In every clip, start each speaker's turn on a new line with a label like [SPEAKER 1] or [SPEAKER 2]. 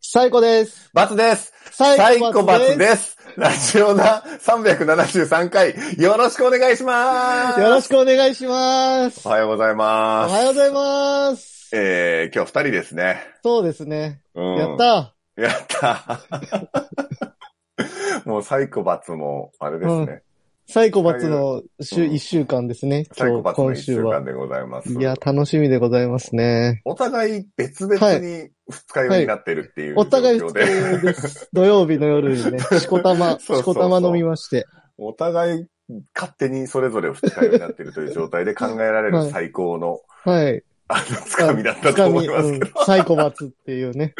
[SPEAKER 1] 最高です。
[SPEAKER 2] バツです。サイコバツです。ラジオナ373回、よろしくお願いします。
[SPEAKER 1] よろしくお願いします。
[SPEAKER 2] おはようござい
[SPEAKER 1] お
[SPEAKER 2] ます。
[SPEAKER 1] はようございます。
[SPEAKER 2] えー、今日二人ですね。
[SPEAKER 1] そうですね。
[SPEAKER 2] うん
[SPEAKER 1] やった。
[SPEAKER 2] やった。 もうサイコバツも、あれですね。
[SPEAKER 1] サイコバツの週、
[SPEAKER 2] うん
[SPEAKER 1] 一週間ですね。
[SPEAKER 2] サイ
[SPEAKER 1] 今
[SPEAKER 2] コ
[SPEAKER 1] 日、今
[SPEAKER 2] バツの一週
[SPEAKER 1] 週
[SPEAKER 2] 間
[SPEAKER 1] は。
[SPEAKER 2] でございます。
[SPEAKER 1] いや、楽しみでございますね。
[SPEAKER 2] お互い別々に二日酔いになってるっていう状
[SPEAKER 1] お互い
[SPEAKER 2] 況
[SPEAKER 1] 二
[SPEAKER 2] で、
[SPEAKER 1] 日酔いです。土曜日の夜 にね、しこたま、
[SPEAKER 2] そうそうそう
[SPEAKER 1] しこたま飲みまして。
[SPEAKER 2] お互い勝手にそれぞれ二日酔いになってるという状態で考えられ
[SPEAKER 1] は
[SPEAKER 2] る
[SPEAKER 1] い
[SPEAKER 2] 最高の、
[SPEAKER 1] はい。
[SPEAKER 2] あの、つかみだった
[SPEAKER 1] つ
[SPEAKER 2] と
[SPEAKER 1] か
[SPEAKER 2] 思
[SPEAKER 1] み、
[SPEAKER 2] いますけど
[SPEAKER 1] うん、サイコバツっていうね。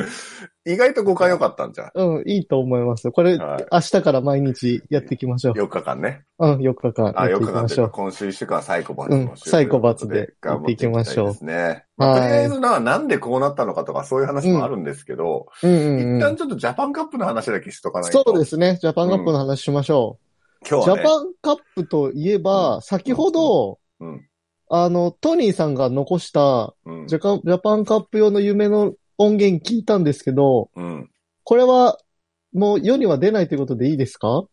[SPEAKER 2] 意外と誤解良かったんじゃん。
[SPEAKER 1] うん、いいと思いますよ。これ、
[SPEAKER 2] はい
[SPEAKER 1] 明日から毎日やっていきましょう。
[SPEAKER 2] 4日間ね。
[SPEAKER 1] うん、4日間
[SPEAKER 2] あ、
[SPEAKER 1] や
[SPEAKER 2] 4
[SPEAKER 1] ってい
[SPEAKER 2] 日
[SPEAKER 1] き
[SPEAKER 2] 間
[SPEAKER 1] ま
[SPEAKER 2] で
[SPEAKER 1] しょう。
[SPEAKER 2] 今週1週間はサイコバツの週
[SPEAKER 1] うんサイコバツで
[SPEAKER 2] 頑張
[SPEAKER 1] や
[SPEAKER 2] たですね。まあ
[SPEAKER 1] っていきましょう
[SPEAKER 2] とりあえずな、なんでこうなったのかとかそういう話もあるんですけど、
[SPEAKER 1] うんうん、うん。
[SPEAKER 2] 一旦ちょっとジャパンカップの話だけしとかないと。
[SPEAKER 1] そうですね。ジャパンカップの話しましょう。
[SPEAKER 2] 今日
[SPEAKER 1] ジ
[SPEAKER 2] は、
[SPEAKER 1] ャ
[SPEAKER 2] ね。
[SPEAKER 1] パンカップといえば、先ほど、
[SPEAKER 2] うん
[SPEAKER 1] あの、トニーさんが残した
[SPEAKER 2] うん
[SPEAKER 1] ジャカジャパンカップ用の夢の音源聞いたんですけど、
[SPEAKER 2] うん。
[SPEAKER 1] これは、もう世には出ないということでいいですか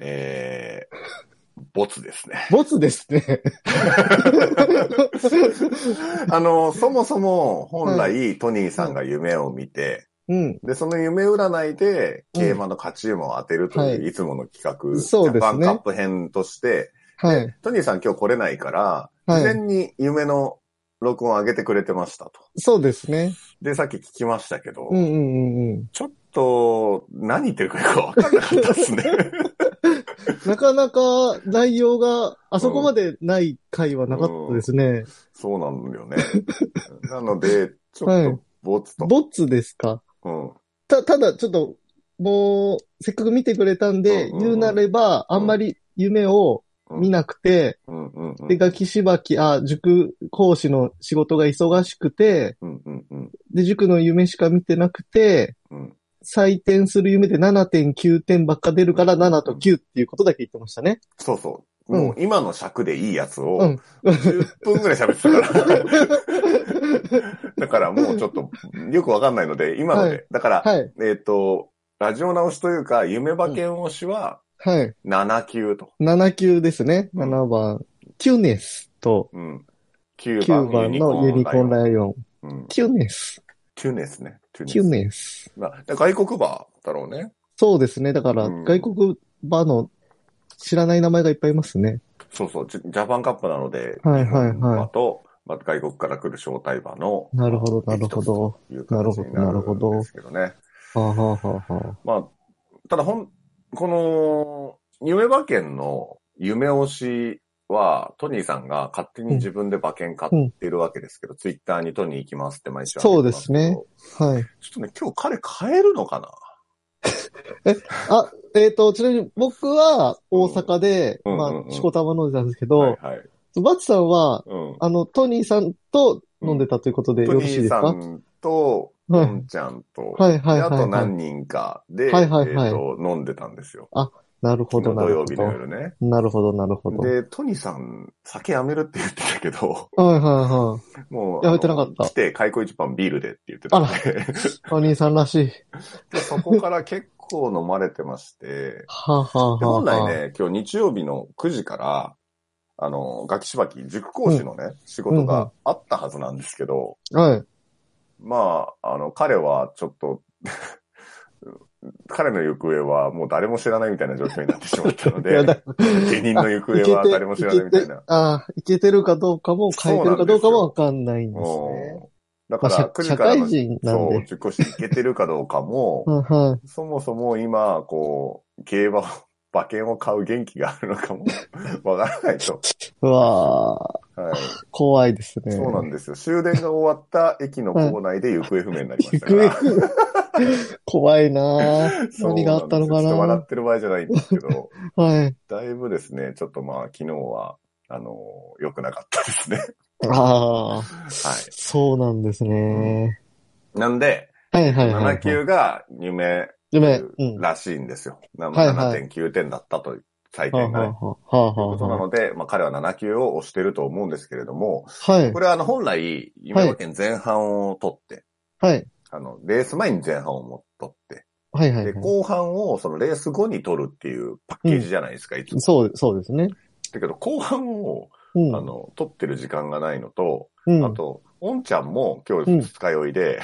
[SPEAKER 2] えー、ボツですね。
[SPEAKER 1] ボツですね。
[SPEAKER 2] あの、そもそも本来トニーさんが夢を見て、
[SPEAKER 1] うん。
[SPEAKER 2] で、その夢占いで
[SPEAKER 1] うん
[SPEAKER 2] 競馬の勝ち馬を当てると
[SPEAKER 1] はいいう
[SPEAKER 2] いつもの企画、
[SPEAKER 1] そう
[SPEAKER 2] ジ
[SPEAKER 1] で
[SPEAKER 2] ャパ
[SPEAKER 1] す
[SPEAKER 2] ン
[SPEAKER 1] ね
[SPEAKER 2] カップ編として、
[SPEAKER 1] はい。
[SPEAKER 2] トニーさん今日来れないから、
[SPEAKER 1] はい
[SPEAKER 2] 事前に夢の録音を上げてくれてましたと。
[SPEAKER 1] そうですね。
[SPEAKER 2] で、さっき聞きましたけど、
[SPEAKER 1] うんうんうんうん。
[SPEAKER 2] ちょっと、何言ってるかよくわかんなかっ たですね。
[SPEAKER 1] なかなか内容があそこまでない回はなかったですね。
[SPEAKER 2] そうなんだよね。なので、ちょ
[SPEAKER 1] はい
[SPEAKER 2] っと、ぼつと。
[SPEAKER 1] ボツですか
[SPEAKER 2] うん。
[SPEAKER 1] た、ただちょっと、もう、せっかく見てくれたんで、
[SPEAKER 2] うんうんうん
[SPEAKER 1] 言うなれば、あんまり夢を見なくて、
[SPEAKER 2] うんうんうん。
[SPEAKER 1] で、ガキしばき、あ、塾講師の仕事が忙しくて、
[SPEAKER 2] うんうんうん
[SPEAKER 1] で、塾の夢しか見てなくて、
[SPEAKER 2] うん。
[SPEAKER 1] 採点する夢で7.9点ばっか出るから7と9っていうことだけ言ってました ね。
[SPEAKER 2] そうそう。
[SPEAKER 1] うん
[SPEAKER 2] もう今の尺でいいやつを、
[SPEAKER 1] うん
[SPEAKER 2] 10分ぐらい喋 ってたから。だからもうちょっと、よくわかんないので、今ので。
[SPEAKER 1] は
[SPEAKER 2] だから、
[SPEAKER 1] はい、
[SPEAKER 2] えっ、と、ラジオ直しというか、夢馬券推しは、
[SPEAKER 1] はい。
[SPEAKER 2] 7級と。
[SPEAKER 1] 7級ですね。
[SPEAKER 2] うん
[SPEAKER 1] 7番。キュネスと
[SPEAKER 2] うん。9
[SPEAKER 1] 9
[SPEAKER 2] 番
[SPEAKER 1] 番のユニコーン
[SPEAKER 2] イ
[SPEAKER 1] ライオン。
[SPEAKER 2] オン。うん。
[SPEAKER 1] キュネス。
[SPEAKER 2] 9ですね。9
[SPEAKER 1] キュ
[SPEAKER 2] です。
[SPEAKER 1] ネス。
[SPEAKER 2] まあ、外国馬だろうね。
[SPEAKER 1] そうですね。だから、
[SPEAKER 2] うん
[SPEAKER 1] 外国場の知らない名前がいっぱいいますね。
[SPEAKER 2] そうそう。ジジャパンカップなので、
[SPEAKER 1] はいはいはい
[SPEAKER 2] 日本馬と、まあ、外国から来る招待馬の、
[SPEAKER 1] なるほど、なるほど。
[SPEAKER 2] いう形になるんですけどね。
[SPEAKER 1] はあ、はあはあは
[SPEAKER 2] まあ、ただほん、この、夢馬券の夢推しは、トニーさんが勝手に自分で馬券買ってるわけですけど、ツイッターにトニー行きますって毎週上げてますけど
[SPEAKER 1] そうですね。あ、はい。
[SPEAKER 2] ちょっとね、今日彼買えるのかな
[SPEAKER 1] あ、えっ、と、ちなみに僕は大阪で、
[SPEAKER 2] うんうん
[SPEAKER 1] ま
[SPEAKER 2] うん
[SPEAKER 1] あ、しこたま飲んでたんですけど、
[SPEAKER 2] はいはい。
[SPEAKER 1] バツさんは、
[SPEAKER 2] うん。
[SPEAKER 1] あの、トニーさんと飲んでたということでよ
[SPEAKER 2] ト
[SPEAKER 1] ろ
[SPEAKER 2] ニ
[SPEAKER 1] しいで
[SPEAKER 2] ー
[SPEAKER 1] す
[SPEAKER 2] さ
[SPEAKER 1] か、
[SPEAKER 2] んと、
[SPEAKER 1] は
[SPEAKER 2] ポ
[SPEAKER 1] い
[SPEAKER 2] ンちゃんと、
[SPEAKER 1] はいはい
[SPEAKER 2] で
[SPEAKER 1] はい、
[SPEAKER 2] あと
[SPEAKER 1] は
[SPEAKER 2] 何
[SPEAKER 1] い。
[SPEAKER 2] 人かで、
[SPEAKER 1] はいはいはい
[SPEAKER 2] えっと、飲んでたんですよ。
[SPEAKER 1] なるほ
[SPEAKER 2] 昨
[SPEAKER 1] ど、
[SPEAKER 2] 日
[SPEAKER 1] な
[SPEAKER 2] 土
[SPEAKER 1] る
[SPEAKER 2] 曜
[SPEAKER 1] ほ
[SPEAKER 2] 日の
[SPEAKER 1] ど。
[SPEAKER 2] 夜ね。
[SPEAKER 1] なるほど、なるほど。はい
[SPEAKER 2] で、トニーさん、酒やめるって言ってたけど、
[SPEAKER 1] はいは
[SPEAKER 2] もう、
[SPEAKER 1] やめてなかった
[SPEAKER 2] あの来て、開口一番ビールでって言ってたんで、
[SPEAKER 1] い。トニーさんらしい。
[SPEAKER 2] でそこから結構飲まれて まして、
[SPEAKER 1] はあ、はあは
[SPEAKER 2] で
[SPEAKER 1] あ、はあ
[SPEAKER 2] 本来。ね、今日日曜日の9時から、あの、ガキしばき、塾講師のね、仕事があったはずなんですけど、
[SPEAKER 1] はい。
[SPEAKER 2] まあ、あの、彼はちょっと、 彼の行方はもう誰も知らないみたいな状況になってしまったの
[SPEAKER 1] い
[SPEAKER 2] で
[SPEAKER 1] や、だ
[SPEAKER 2] 芸人の行方は誰も知らないみたいな。
[SPEAKER 1] ああ、いけてるかどうかも、変えてるかどうかもわかんないんですね。
[SPEAKER 2] うんだか
[SPEAKER 1] まあ、
[SPEAKER 2] ら、
[SPEAKER 1] 社
[SPEAKER 2] 9時
[SPEAKER 1] 社
[SPEAKER 2] から
[SPEAKER 1] 会
[SPEAKER 2] の、そ
[SPEAKER 1] 人なん
[SPEAKER 2] う、
[SPEAKER 1] で。
[SPEAKER 2] 塾講師行けてるかどうかも、
[SPEAKER 1] うんはい
[SPEAKER 2] そもそも今、こう、競馬を、馬券を買う元気があるのかも、 わからないと。
[SPEAKER 1] う わ
[SPEAKER 2] はい。
[SPEAKER 1] ー怖いですね。
[SPEAKER 2] そうなんですよ。終電が終わった駅の構内で行方不明になりま
[SPEAKER 1] 行
[SPEAKER 2] したから。
[SPEAKER 1] 方 怖いなー
[SPEAKER 2] そうな
[SPEAKER 1] 何
[SPEAKER 2] んです
[SPEAKER 1] があったのか
[SPEAKER 2] ちょっと笑
[SPEAKER 1] な
[SPEAKER 2] ってる場合じゃないんですけど、
[SPEAKER 1] はい。
[SPEAKER 2] だいぶですね、ちょっとまあ、昨日は、あのー良くなかったで すね。
[SPEAKER 1] ああ、
[SPEAKER 2] は
[SPEAKER 1] そうなんですね。
[SPEAKER 2] い。なんで、
[SPEAKER 1] はいはいはい、はい。
[SPEAKER 2] 7級が夢
[SPEAKER 1] 夢。うん。は
[SPEAKER 2] らしいんですよ。な
[SPEAKER 1] はいはい
[SPEAKER 2] 7.9点だったという採
[SPEAKER 1] あは
[SPEAKER 2] 点がね。
[SPEAKER 1] あはあは
[SPEAKER 2] ということな
[SPEAKER 1] あは
[SPEAKER 2] ので、まあ彼は7級を押してると思うんですけれども、
[SPEAKER 1] あはい
[SPEAKER 2] こ。れはあの本来、夢馬券前半を取って、
[SPEAKER 1] はい。
[SPEAKER 2] あの、レース前に前半をもっとって、
[SPEAKER 1] はいはい、
[SPEAKER 2] で、
[SPEAKER 1] はい。
[SPEAKER 2] 後半をそのレース後に取るっていうパッケージじゃないですか、いつも。
[SPEAKER 1] そう、そうですね。
[SPEAKER 2] だけど、後半を、
[SPEAKER 1] うん。
[SPEAKER 2] あの、取ってる時間がないのと、
[SPEAKER 1] うん、
[SPEAKER 2] あと、おんちゃんも今
[SPEAKER 1] うん
[SPEAKER 2] 日二日酔 いで、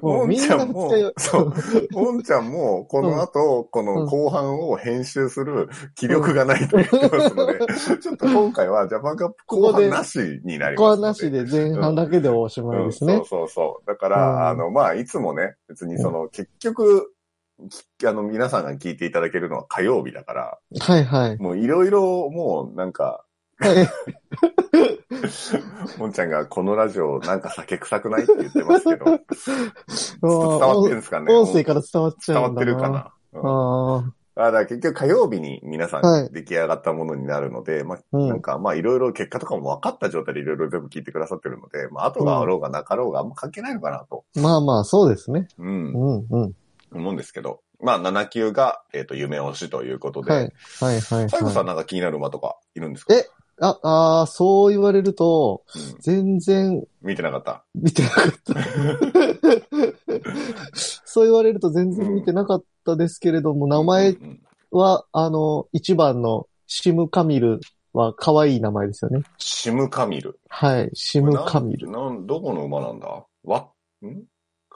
[SPEAKER 1] も
[SPEAKER 2] お
[SPEAKER 1] うんみん
[SPEAKER 2] ち
[SPEAKER 1] な
[SPEAKER 2] ゃん
[SPEAKER 1] 二
[SPEAKER 2] も
[SPEAKER 1] 日酔い、
[SPEAKER 2] そう、 おんちゃんもこの後、この後半を編集する気力がないと言ってま すので、ちょっと今回はジャパンカップ後半なしになりますので。
[SPEAKER 1] ここはなしで前半だけでおしまいですね。
[SPEAKER 2] うんそうそうそう。だか
[SPEAKER 1] うん
[SPEAKER 2] ら、あの、まあ、いつもね、別にその、結局、きあの、皆さんが聞いていただけるのは火曜日だから、
[SPEAKER 1] はい はい。
[SPEAKER 2] もういろいろ、もうなんか、
[SPEAKER 1] はい
[SPEAKER 2] もんちゃんがこのラジオなんか酒臭くないって言ってます けど、ちょっと伝わってるんですかね。
[SPEAKER 1] 音声から伝わっち
[SPEAKER 2] 伝
[SPEAKER 1] ゃ
[SPEAKER 2] わ
[SPEAKER 1] うん
[SPEAKER 2] っ
[SPEAKER 1] だな。
[SPEAKER 2] てるかな。うん
[SPEAKER 1] ああ。
[SPEAKER 2] あだから結局火曜日に皆さ
[SPEAKER 1] はい
[SPEAKER 2] ん出来上がったものになるので、まあ、
[SPEAKER 1] うん
[SPEAKER 2] なんかまあいろいろ結果とかも分かった状態でいろいろ全部聞いてくださってるので、まあ後があろうがなかろうがあんま関係ないのかなと、
[SPEAKER 1] まあまあ、そうですね。
[SPEAKER 2] うん
[SPEAKER 1] う、んうん。
[SPEAKER 2] 思うんですけど。まあ7級が、えっ、と、夢推しということで、
[SPEAKER 1] はい。はいはい、
[SPEAKER 2] 最後さ
[SPEAKER 1] はい。
[SPEAKER 2] んなんか気になる馬とかいるんですか
[SPEAKER 1] えあ、ああ、そう言われると、
[SPEAKER 2] うん
[SPEAKER 1] 全然
[SPEAKER 2] 見てなかった。
[SPEAKER 1] 見てなかった。 そう言われると全然見てなかったですけれども、名前
[SPEAKER 2] うん
[SPEAKER 1] は、あの、一番のシムカミルは可愛い名前ですよね。
[SPEAKER 2] シムカミル。
[SPEAKER 1] はい。シムカミル。
[SPEAKER 2] なんなんどこの馬なんだわんうん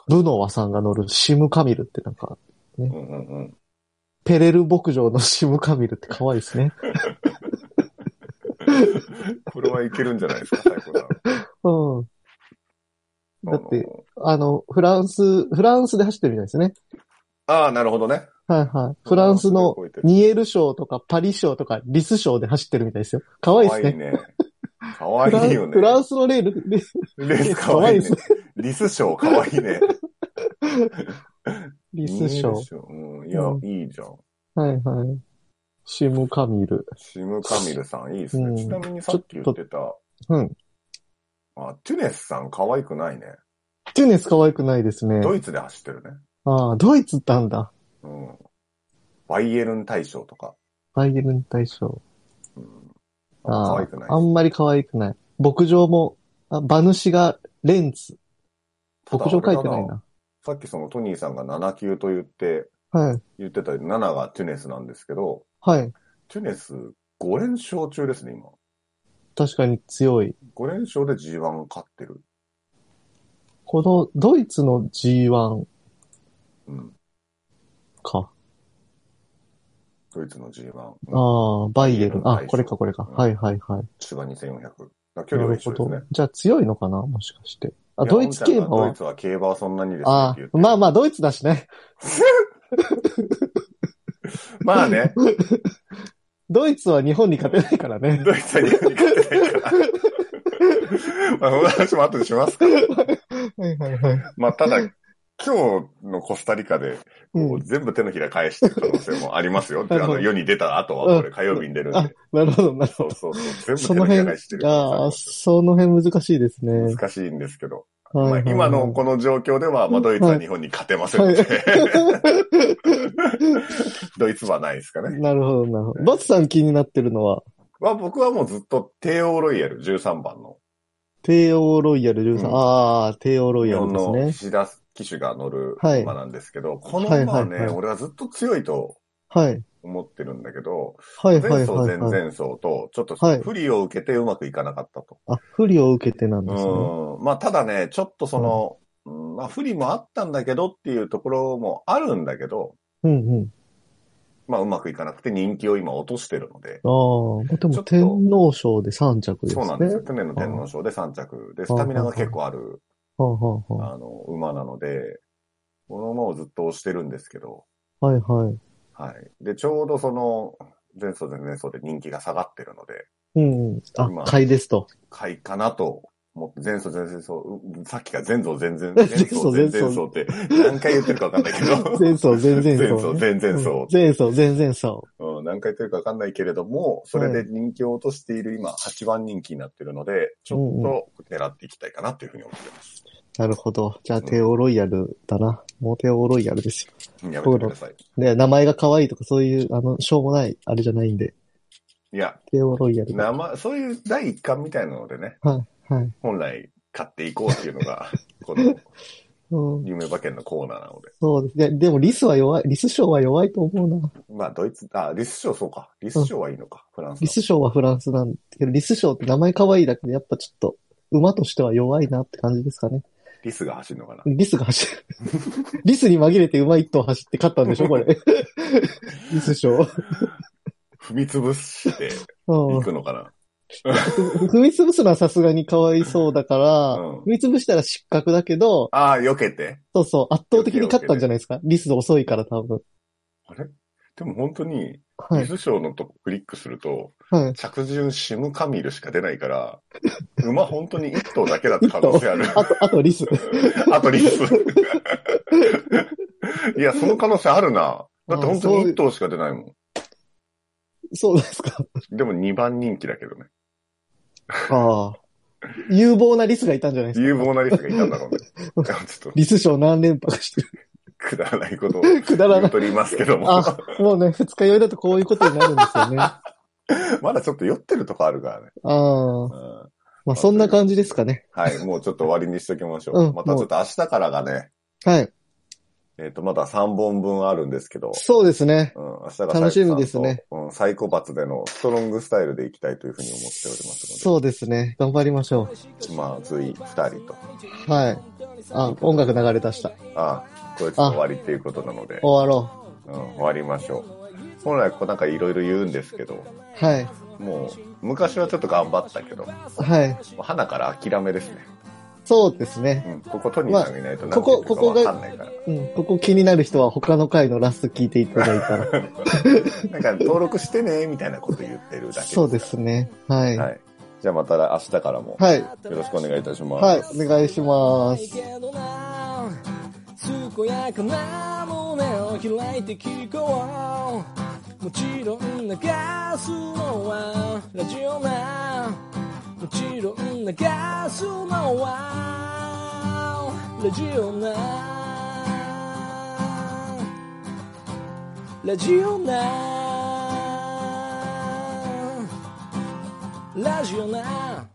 [SPEAKER 1] ブノワさんが乗るシムカミルってなんか、
[SPEAKER 2] うんうん。
[SPEAKER 1] ペレル牧場のシムカミルって可愛いですね。
[SPEAKER 2] これはいけるんじゃないですか、最 後さ
[SPEAKER 1] うん。
[SPEAKER 2] ん。
[SPEAKER 1] だっ
[SPEAKER 2] あ
[SPEAKER 1] て、
[SPEAKER 2] の
[SPEAKER 1] あの、フランス、フランスで走ってるみたいですね。
[SPEAKER 2] ああ、なるほどね。
[SPEAKER 1] はいはい。フランスの
[SPEAKER 2] 覚えてる
[SPEAKER 1] ニエル賞とかパリ賞とかリス賞で走ってるみたいですよ。可愛いですね。
[SPEAKER 2] かわいいね。かわいいよね。
[SPEAKER 1] フランフランスのレール、レ
[SPEAKER 2] レースかわいいね
[SPEAKER 1] か。
[SPEAKER 2] リス賞かわいいね。
[SPEAKER 1] リス賞。。
[SPEAKER 2] うん、いや、
[SPEAKER 1] うん
[SPEAKER 2] いいじゃん。
[SPEAKER 1] はいはい。シムカミル。
[SPEAKER 2] シムカミルさん、いいですね。
[SPEAKER 1] うん
[SPEAKER 2] ちなみにさっき言ってた、
[SPEAKER 1] うん。
[SPEAKER 2] あ、トゥネスさん可愛くないね。
[SPEAKER 1] テュネス可愛くないですね。
[SPEAKER 2] ドイツで走ってるね。
[SPEAKER 1] ああ、ドイツなんだ。
[SPEAKER 2] うん。バイエルン大賞とか。
[SPEAKER 1] バイエルン大賞。
[SPEAKER 2] うん。
[SPEAKER 1] ああ
[SPEAKER 2] 可愛くない。
[SPEAKER 1] あんまり可愛くない。牧場も、あ馬主がレンツ。
[SPEAKER 2] ただ
[SPEAKER 1] 牧場書いてな
[SPEAKER 2] あ
[SPEAKER 1] い
[SPEAKER 2] れだ
[SPEAKER 1] な。
[SPEAKER 2] さっきそのトニーさんが7級と言って、
[SPEAKER 1] はい。
[SPEAKER 2] 言ってた7がトゥネスなんですけど、
[SPEAKER 1] はい。
[SPEAKER 2] トゥネス5連勝中ですね、今。
[SPEAKER 1] 確かに強い。
[SPEAKER 2] 5連勝で G1 勝ってる。
[SPEAKER 1] このドイツの G1
[SPEAKER 2] うん。
[SPEAKER 1] か。
[SPEAKER 2] ドイツの G1。
[SPEAKER 1] ああ、バイエルン。
[SPEAKER 2] バイエ
[SPEAKER 1] あ、
[SPEAKER 2] ルン大賞
[SPEAKER 1] これかこれか。
[SPEAKER 2] うん
[SPEAKER 1] はいはいはい。
[SPEAKER 2] 芝2400。だ距
[SPEAKER 1] な
[SPEAKER 2] 離は
[SPEAKER 1] る
[SPEAKER 2] 一
[SPEAKER 1] ほ
[SPEAKER 2] 緒です
[SPEAKER 1] ど
[SPEAKER 2] ね。。
[SPEAKER 1] じゃあ強いのかなもしかして。あ、
[SPEAKER 2] いや
[SPEAKER 1] ドイツ競馬
[SPEAKER 2] お
[SPEAKER 1] は
[SPEAKER 2] んちゃんがドイ。ツは競馬はそんなにですねっ
[SPEAKER 1] あ
[SPEAKER 2] て言って
[SPEAKER 1] あ、まあまあ、ドイツだしね。
[SPEAKER 2] まあね。
[SPEAKER 1] ドイツは日本に勝てないから ね。
[SPEAKER 2] ドイツは日本に勝ってないから。 まあ、この話も後でしますか。
[SPEAKER 1] はいはいはい。
[SPEAKER 2] まあ、ただ、今日のコスタリカで、
[SPEAKER 1] うん
[SPEAKER 2] こう全部手のひら返してる可能性もありますよ。
[SPEAKER 1] な
[SPEAKER 2] あ
[SPEAKER 1] るほど
[SPEAKER 2] の、世に出た後は、これ火曜日に出るん
[SPEAKER 1] あ
[SPEAKER 2] で。、
[SPEAKER 1] なるほど、なる
[SPEAKER 2] そ
[SPEAKER 1] ほ
[SPEAKER 2] う
[SPEAKER 1] ど。
[SPEAKER 2] そうそう。
[SPEAKER 1] その
[SPEAKER 2] 全部手のひら
[SPEAKER 1] 辺
[SPEAKER 2] 返してる、可能性あり
[SPEAKER 1] ああ、
[SPEAKER 2] ますよ
[SPEAKER 1] その辺難しいですね。
[SPEAKER 2] 難しいんですけど。
[SPEAKER 1] はい
[SPEAKER 2] ま
[SPEAKER 1] は
[SPEAKER 2] あ、
[SPEAKER 1] いはい
[SPEAKER 2] 今のこの状況では、まあ、ドイツは日本に勝てませんので、 ドイツはないですかね。
[SPEAKER 1] なるほど、なるほど。バツさん気になってるのは、
[SPEAKER 2] まあ、僕はもうずっと帝王ロイヤル13番の、
[SPEAKER 1] 帝王ロイヤル13。
[SPEAKER 2] うん
[SPEAKER 1] ああ、帝王ロイ
[SPEAKER 2] 日
[SPEAKER 1] ヤル
[SPEAKER 2] 本
[SPEAKER 1] です
[SPEAKER 2] の
[SPEAKER 1] ね。
[SPEAKER 2] 菱田騎手が乗る
[SPEAKER 1] はい
[SPEAKER 2] 馬なんですけど、この馬はね、
[SPEAKER 1] はいはいはい
[SPEAKER 2] 俺はずっと強いと
[SPEAKER 1] はい。
[SPEAKER 2] 思ってるんだけど、
[SPEAKER 1] はい、
[SPEAKER 2] 前
[SPEAKER 1] はい、
[SPEAKER 2] 走
[SPEAKER 1] はい
[SPEAKER 2] 前
[SPEAKER 1] はい。
[SPEAKER 2] 々走と、ちょっと
[SPEAKER 1] はい
[SPEAKER 2] 不利を受けてうまくいかなかったと。
[SPEAKER 1] あ、不利を受けてなんですね。
[SPEAKER 2] うん。まあ、ただね、ちょっとその、うんまあ、不利もあったんだけどっていうところもあるんだけど、
[SPEAKER 1] うん、うん。
[SPEAKER 2] まあ、うまくいかなくて人気を今落としてるので、
[SPEAKER 1] ああ、まあで
[SPEAKER 2] ちょ
[SPEAKER 1] も
[SPEAKER 2] っと
[SPEAKER 1] 天皇賞で3着です
[SPEAKER 2] そ
[SPEAKER 1] ね。
[SPEAKER 2] うなんですよ。去年の天皇賞で3着で、スタミナが結構ある、
[SPEAKER 1] はあはあは
[SPEAKER 2] あの、馬なので、この馬をずっと押してるんですけど、
[SPEAKER 1] あはいはい。
[SPEAKER 2] はい。で、ちょうどその、前走前々走で人気が下がってるので、
[SPEAKER 1] うんうん。あ
[SPEAKER 2] 今、
[SPEAKER 1] 買いです と。
[SPEAKER 2] 買いかなと思って、前走前々走、うさっきから前走前々、前走前々走って何回言ってるかわかんないけど、
[SPEAKER 1] 前走、前々走、ね。
[SPEAKER 2] 前走前々走
[SPEAKER 1] 前走、前々走。
[SPEAKER 2] うん、何回言ってるかわかんないけれども、それで人気を落としている今、8番人気になってるので、ちょっと狙っていきたいかなっていうふうに思ってます。
[SPEAKER 1] なるほど。じゃあ、テオロイヤルだな。もうテオロイヤルですよ。
[SPEAKER 2] やめてください。
[SPEAKER 1] で、名前が可愛いとか、そういう、あの、しょうもない、あれじゃないんで。
[SPEAKER 2] いや、
[SPEAKER 1] テオロイヤルだ。
[SPEAKER 2] 生、そういう第一巻みたいなのでね、
[SPEAKER 1] はい、はい。
[SPEAKER 2] 本来買っていこうっていうの が、この
[SPEAKER 1] うん、
[SPEAKER 2] 夢馬券のコーナーなので。
[SPEAKER 1] そうですね。でもリスは弱い、リス賞は弱いと思うな。
[SPEAKER 2] まあ、ドイツ、あ、リス賞そうか。リス賞はいいのか、フランスの。
[SPEAKER 1] リス賞はフランスなんですけど、リス賞って名前可愛いだけで、やっぱちょっと、馬としては弱いなって感じですかね。
[SPEAKER 2] リスが走るのかな。
[SPEAKER 1] リスが走る。リスに紛れて馬一頭走って勝ったんでしょこれ。リス賞。
[SPEAKER 2] 踏み潰して
[SPEAKER 1] うん
[SPEAKER 2] いくのかな。
[SPEAKER 1] 踏み潰すのはさすがにかわいそうだから、
[SPEAKER 2] うん
[SPEAKER 1] 踏み潰したら失格だけど、
[SPEAKER 2] ああ、避けて。
[SPEAKER 1] そうそう、圧倒的に勝ったんじゃないですか。リス遅いから多分。
[SPEAKER 2] あれでも本当に、
[SPEAKER 1] は
[SPEAKER 2] リ
[SPEAKER 1] い。
[SPEAKER 2] ス賞のとこクリックすると、
[SPEAKER 1] はい。
[SPEAKER 2] 着順シムカミルしか出ないから、馬本当に一頭だけだった可能性ある。
[SPEAKER 1] あと、あとリス。
[SPEAKER 2] あとリス。いや、その可能性あるな。だって本当に一頭しか出ないも
[SPEAKER 1] そうですか。
[SPEAKER 2] ん。でも2番人気だけどね。
[SPEAKER 1] ああ。有望なリスがいたんじゃないですか。
[SPEAKER 2] 有望なリスがいたんだろう ね。ちょっと
[SPEAKER 1] リス賞何連覇かしてる。
[SPEAKER 2] くだらないことを
[SPEAKER 1] くだら
[SPEAKER 2] 言
[SPEAKER 1] な
[SPEAKER 2] う
[SPEAKER 1] い。
[SPEAKER 2] とりますけども。
[SPEAKER 1] あ、もうね、二日酔いだとこういうことになるんですよね。 あ
[SPEAKER 2] まだちょっと酔ってるとこあるからね。
[SPEAKER 1] あ
[SPEAKER 2] う。ん
[SPEAKER 1] まあそんな感じですかね。
[SPEAKER 2] はい、もうちょっと終わりにしときましょ
[SPEAKER 1] う
[SPEAKER 2] う。
[SPEAKER 1] ん
[SPEAKER 2] またちょっと明日からがね、
[SPEAKER 1] はい。
[SPEAKER 2] えっ、と、まだ3本分あるんですけど、
[SPEAKER 1] そうですね。
[SPEAKER 2] うん、明日が
[SPEAKER 1] 楽しみですね
[SPEAKER 2] サイコパスと。うん、サイコパスでのストロングスタイルでいきたいというふうに思っておりますの
[SPEAKER 1] そうですね。頑張りましょ
[SPEAKER 2] で、まずい2人と、
[SPEAKER 1] う。はい。あ、音楽流れ出した。
[SPEAKER 2] ああ、これちょっと終わりっていうことなので、
[SPEAKER 1] 終わろ
[SPEAKER 2] うん、終わりましょう。本来こうなんかいろいろ言うんですけど、
[SPEAKER 1] う。はい。
[SPEAKER 2] もう昔はちょっと頑張ったけど、も
[SPEAKER 1] はい。
[SPEAKER 2] う花から諦めですね。
[SPEAKER 1] そうですね。
[SPEAKER 2] うん、ここトニーさんがいないと
[SPEAKER 1] ま
[SPEAKER 2] 何
[SPEAKER 1] あ
[SPEAKER 2] 言っ
[SPEAKER 1] こ
[SPEAKER 2] て
[SPEAKER 1] こ
[SPEAKER 2] るかわ
[SPEAKER 1] ここが
[SPEAKER 2] かんないから。
[SPEAKER 1] うん、ここ気になる人は他の回のラスト聞いていただいたら。
[SPEAKER 2] なんか登録してね、みたいなこと言ってるだけから
[SPEAKER 1] そうですね。はい。
[SPEAKER 2] は
[SPEAKER 1] はい。
[SPEAKER 2] い。じゃあまた明日からも、
[SPEAKER 1] はい、
[SPEAKER 2] よろしくお願いいたします。
[SPEAKER 1] お願いします。
[SPEAKER 3] 健やかな胸を開いて聞こうもちろん流すのはラジオなもちろん流すのはラジオなラジオなラジオな